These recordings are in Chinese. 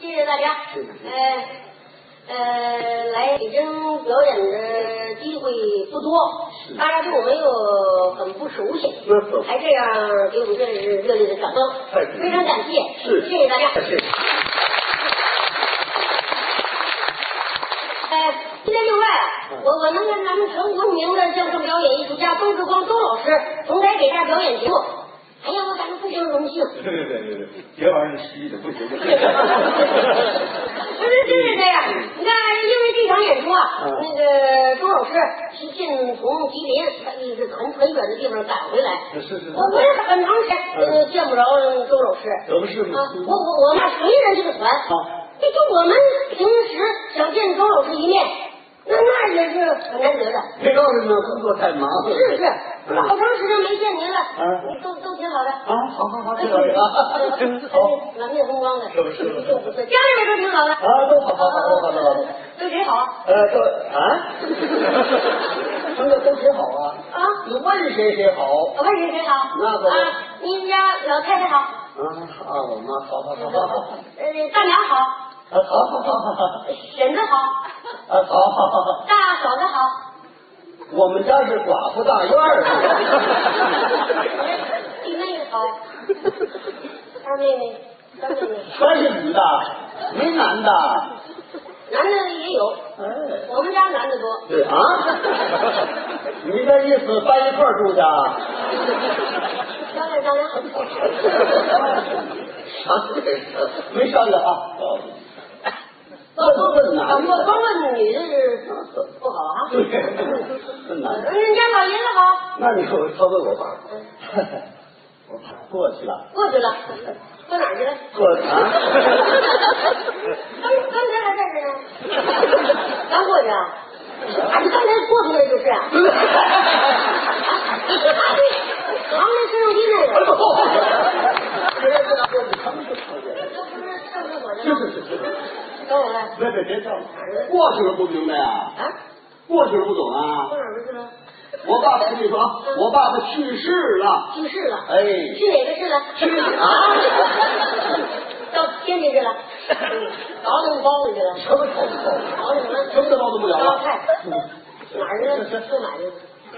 谢大家，呃呃，来北京表演的机会不多，大家对我们又很不熟悉那可不，还这样给我们这是热烈的掌声太感，谢非常感谢，是谢谢大 家。谢谢。呃，今天另外啊，我我能跟咱们全国名的相声表演艺术家周志光周老师同台给大家表演节目，哎呀，我感到非常荣幸。对对对对对，别玩那虚的，不行不不行。是，真是这样。你看，因为这场演出啊，嗯那个周老师是进从吉林，他一直很很远的地方赶回来。是是是嗯我我也很长时间呃见不着周老师。怎么是啊，吗我我我们谁人这个团啊这就我们平时想见周老师一面，那那也是很难得的。别告诉你们，工作太 忙了。是是，嗯老长时间没见您了，嗯你都都挺好的。啊，好好好，哎这倒是啊，真好。满面风光的，是不是就不错，家里面都挺好的。啊，都好好好好好好。对谁好啊？呃，都啊，他们都谁好啊？啊，你问谁谁好？我问谁谁好？那不啊，您家老太太好，啊啊，我妈好好好好好，呃，大娘好，啊好好好好好，婶子好，啊好好好好，大嫂子好。我们家是寡妇大院儿，弟妹好，二妹妹，三妹妹，全是女的，没男的，男的也有，哎。我们家男的多。对啊，你这意思搬一块儿住去啊？商量商量。啊，没商量啊。问问啊，男光的，光问女的是不 好啊。对，问男的。人家老爷子好，那你说他问我爸嗯，我爸过去了，过去了，到哪儿去了？过去啊？刚刚才还在这儿呢，刚过去啊？啊，你刚才过去那就是啊？扛那摄像机那个，这不是上厕所去是了？是是是，等我来别别别叫了，过去了不明白啊，啊？过去了不懂啊到。哪儿去了？我爸爸跟你说啊，我爸爸去世了，去市了。哎，去哪个市了？去啊， 到天津去 了，熬那个包子去了，什么都不懂，熬那什么？什么都弄不了嗯烧了，菜，哪儿呢？去哪儿去了？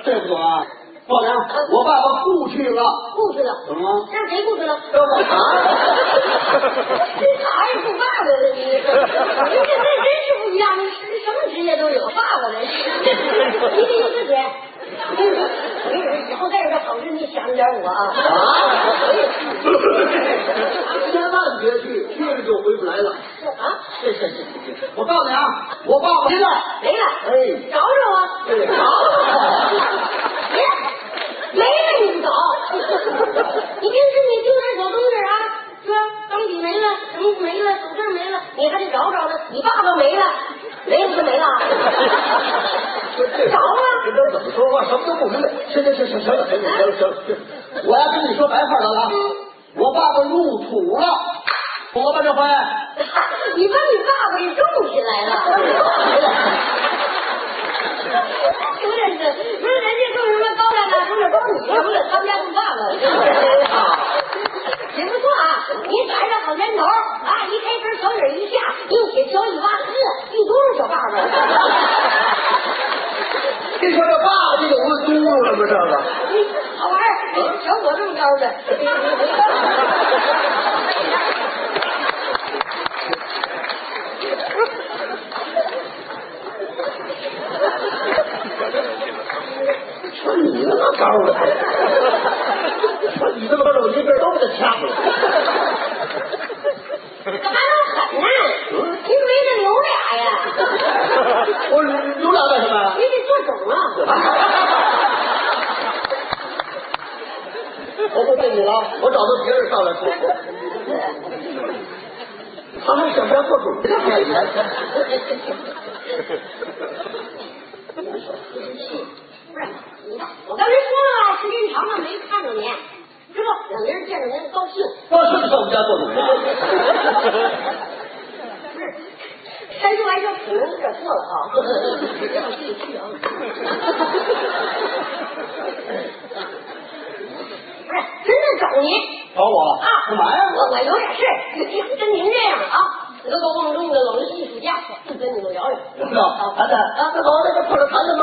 这不懂啊。老娘，我爸爸故去了，故去了。怎么了？让谁故去了？让我啊？ 这啥也不爸爸了，你这这真是不一样，你是什么职业都有，爸爸的，你得有自 己。以后再有这好事，你想着点我 啊啊！！千万别去，去了就回不来了。啊，是是是，我告诉你啊，我爸爸回来，没了。哎，找找啊，对找找别没了你不找，你平时你丢点小东西啊，是吧？钢笔没了，什么没了，手绢没了，你还得找找呢。你爸爸没了，没了就没了，找这啊，都怎么说话，什么都不明白。行行行行行了行了行了行了，我要跟你说白话得了啊，我爸爸入土了，我吧这回。你把你爸爸给种起来 了。有点是，不是人家说什么高大上，说点高你，说点他们家种爸爸。也不错啊，你赶上好年头啊！一开门，小雨一下，一起小雨挖呵，一多少小爸爸，这说这爸爸就有问嘟噜了吗？这个 好玩儿，哎小我这么 高的。说你那么高的，说你那么高的，我一根都给他掐了。干嘛那么狠呢？您没得留俩呀？ 我留俩干什么呀？你得做种啊！ 我不背你了，我找到别人上来说。他还想当做主干嘛呀？不是，你看我刚才说了啊吧，时间长了没看着您，知道两个人见着您高兴。我是不上我们家做主啊？不是，开这玩笑可能有点过了啊，让自己去啊。不是，真的找您找我啊！干嘛呀？我我有点事儿，跟您这样啊，你都高望重了，老人艺术家，跟你们聊聊。我知道，谈谈啊，那好，那就碰着谈谈吧。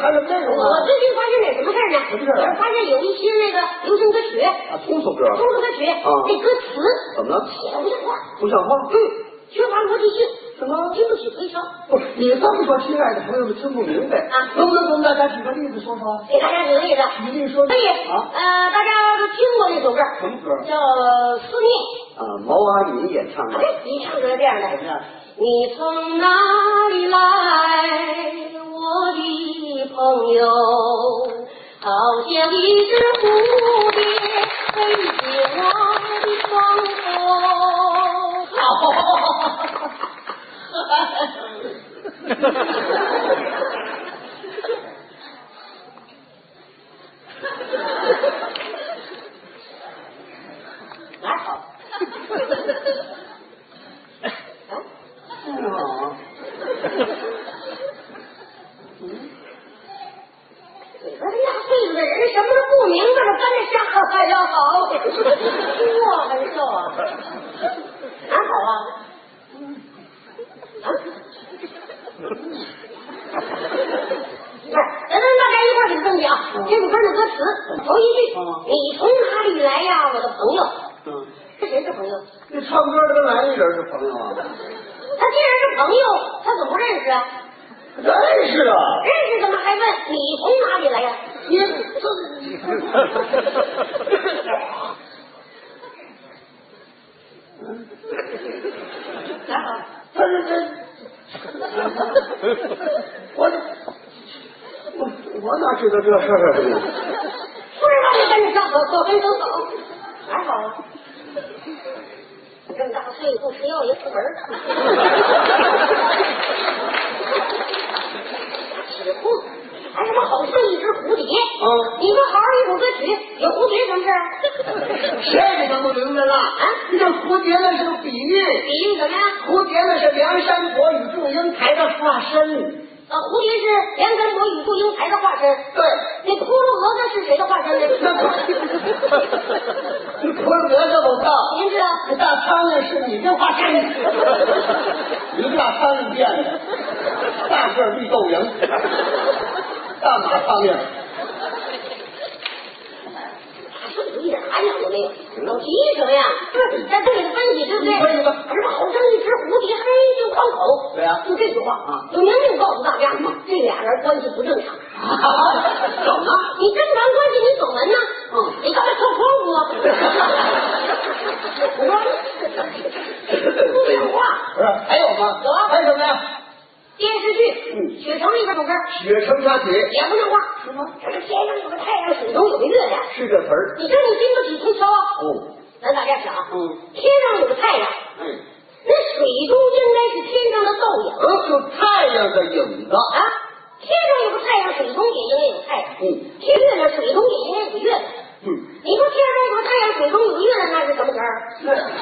看谈什么内容我啊？最近发现点什么事儿呢？什么事儿啊我发现有一新那个流行歌曲，啊，通俗歌，中国歌曲，那歌词怎么了？写的不像话，不像话。嗯，缺乏逻辑性，什么？经不起推敲。不是，你这么说，亲爱的朋友们听不明白啊能不能给我们大家举个例子说说？给大家举个例子，举例说说所以啊，呃，大家都听过这首歌，什么歌叫《思念啊，毛阿敏演唱》。哎，一唱歌这样怎么的样。你从哪里来，我的朋友？好像一只蝴蝶飞进我的窗口。哪好？啊，你说这大岁数的人什么都不明白了，跟着瞎还要好，多难受啊！哪好啊？啊？不是，咱们大家一块儿挺正经啊。这首歌的歌词头一句嗯，你从哪里来呀，我的朋友？嗯，是谁是朋友？这唱歌的跟来的人是朋友啊？他既然是朋友，他怎么不认识啊？认 识啊。认识怎么还问你从哪里来呀、你这，哪好？他是这，我我我哪知道这事儿呢？不知道就跟着上，我跟着走，哪好啊？你这么大岁数不吃药也出门儿，起哄，还什么好像一只蝴蝶？嗯你说好好一首歌曲，有蝴蝶什么事啊 儿？这你都不明白了啊？你这蝴蝶那是个比喻，比喻什么呀？蝴蝶那是梁山伯与祝英台的化身。 啊，蝴蝶是梁山伯与祝英台的化身，对，那骷髅鹅那是谁的化 身呢？ 那不你昆格这么大，您知道？这大苍蝇是你这化身，你大苍蝇变的，大个儿绿豆蝇，大马苍蝇。一点涵养都没有，老提什么呀？就是咱这里分析，对不对？你分析吧可是好生一只蝴蝶，嘿，就放口。对呀就这句话啊嗯有明令告诉大家，这俩人关系不正常。怎么了？你正常关系你怎么呢？嗯你干嘛偷光我？ 不讲话。不是，还有吗？有啊还有什么嗯呀？电视剧《雪城》里边有歌，雪城沙铁也不像话。什么？这个天上有个太阳，水中有个月亮。是这词儿你说你经不起推敲啊？哦。咱大家想啊，嗯天上有个太阳。哎，那水中应该是天上的倒影就太阳的影子。啊，天上有个太阳，水中也应该有太阳。嗯天月亮，水中也应该有月亮。嗯，你说天上有个太阳，水中有个月亮，那是什么词儿？啊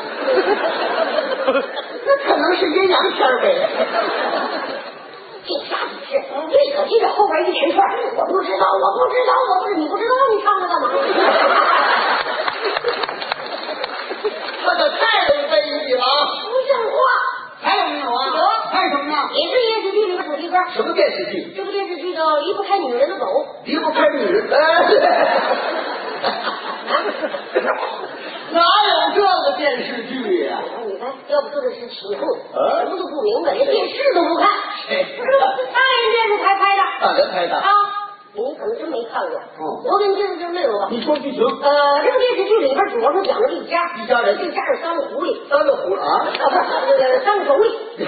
那可能是阴阳天儿呗。这啥解释？嗯这可接着后边一连串，我不知道，我不知道，我不知你不知道，你唱它干嘛？那可太容易理了啊！不像话！还有没有啊？有啊还有什么呀？也是电视剧里面主题歌，什么电视剧？这部电视剧叫《离不开女人的狗》。离不开女 人。哎，哪有这个电视剧呀、哎你看，要不就是是起哄，啊什么都不明白，连电视都不看。哎大连电视台拍的。大连拍的。啊，你可能真没看过。哦我给你介绍介绍内容吧。你说剧情，呃，这个电视剧里边主要是讲的一家，一家人这家是三个狐狸，三个胡啊，啊，不是那个三个妯娌，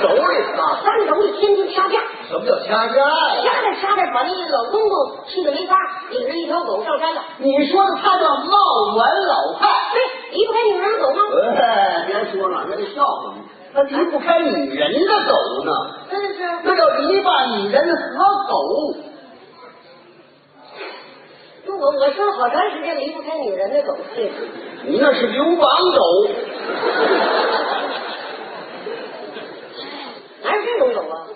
手里啊，三个妯娌天天掐架，什么叫掐架呀？掐着掐着把那个老公公气得没法，领着一条狗上山了。你说的他叫闹完老汉。对，离不开女人的狗吗？哎，别说了，那是笑话嘛。那离不开女人的狗呢，真的嗯是，那叫篱笆女人和狗。我我说了好长时间离不开女人的狗。对你那是流氓狗。哪有这种狗啊？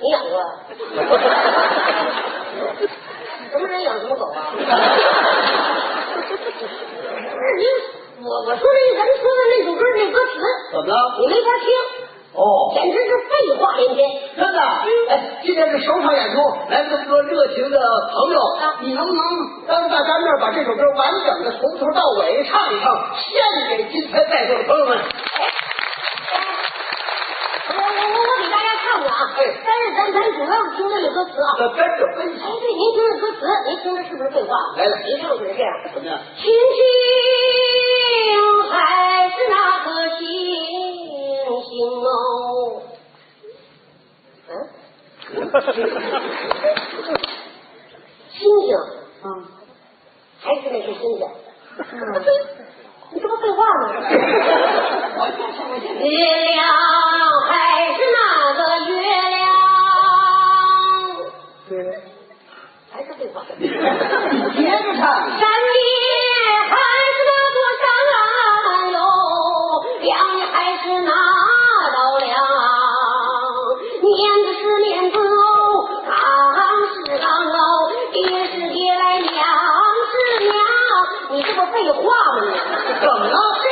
你养过啊？什么人养什么狗啊？不是您，我我说这咱说的那首歌怎么了？你没法听，哦，简直是废话连篇。真的，哎，今天是首场演出，来这么多热情的朋友，啊你能不能当着大家面把这首歌完整的从头到尾唱一唱，献给今天在座的朋友们？我我我我给大家唱唱啊，哎但是咱咱主要是听这个歌词啊。那跟着分析哎，对，您听这歌词，您听着是不是废话？来了一 唱就是这样。怎么样？亲亲还是那颗星星哦。嗯，星星啊，还是那颗星星。你这不废话吗？月亮还是那个月亮，还是废话。你接着唱山。也还是那座山哟，梁也还是那道梁，面子是面子哦，岗是岗哦，爹是爹来娘是娘，你这不废话吗你？怎么了？谁